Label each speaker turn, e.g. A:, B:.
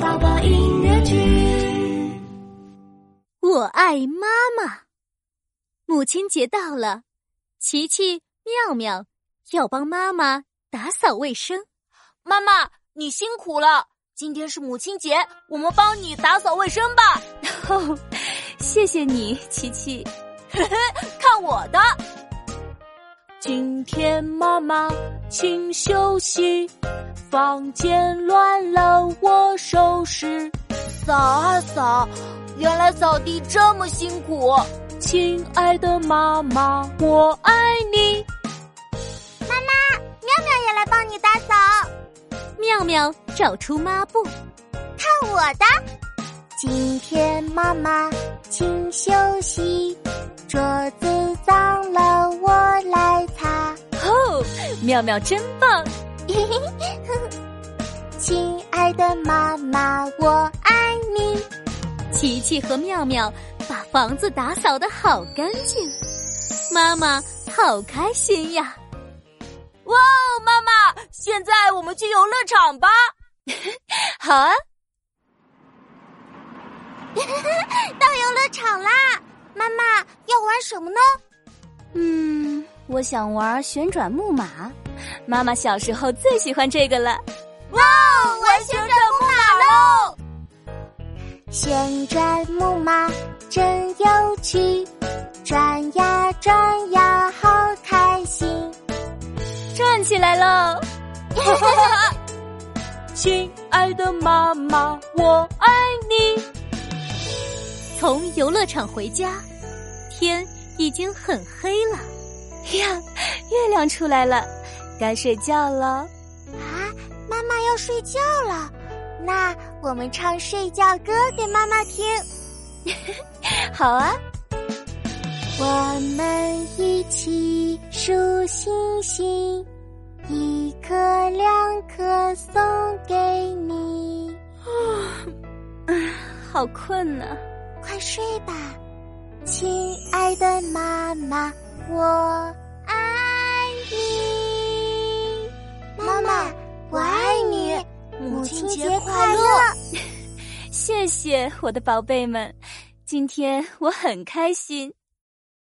A: 宝宝音乐剧。
B: 我爱妈妈。母亲节到了，琪琪、妙妙要帮妈妈打扫卫生。
C: 妈妈，你辛苦了。今天是母亲节，我们帮你打扫卫生吧。
B: 哦， 谢谢你，琪琪。
C: 看我的，今天妈妈请休息，房间乱了我收拾。扫啊扫，原来扫地这么辛苦。亲爱的妈妈，我爱你。
A: 妙妙也来帮你打扫，
B: 妙妙找出抹布，
A: 看我的。今天妈妈请休息，桌子脏了我来擦。
B: 哦，妙妙真棒。
A: 亲爱的妈妈，我爱你。
B: 琪琪和妙妙把房子打扫得好干净，妈妈好开心呀！
C: 哇哦，妈妈，现在我们去游乐场 吧。
B: 好 啊，
A: 到游乐场啦！妈妈要玩什么呢？
B: 嗯，我想玩旋转木马，妈妈小时候最喜欢这个了。
A: 哦，玩旋转木马喽！旋转木马真有趣，转呀转呀好开心。
B: 转起来 喽！
C: 亲爱的妈妈，我爱你。
B: 从游乐场回家，天已经很黑了。 呀，月亮出来了，该睡觉了。
A: 啊，妈妈要睡觉了，那我们唱睡觉歌给妈妈听。
B: 好啊，
A: 我们一起数星星，一颗两颗送给你。
B: 好困啊呢、
A: 快睡吧，亲爱的妈妈，我爱你。妈妈，我爱你。母亲节快乐！
B: 谢谢我的宝贝们，今天我很开心。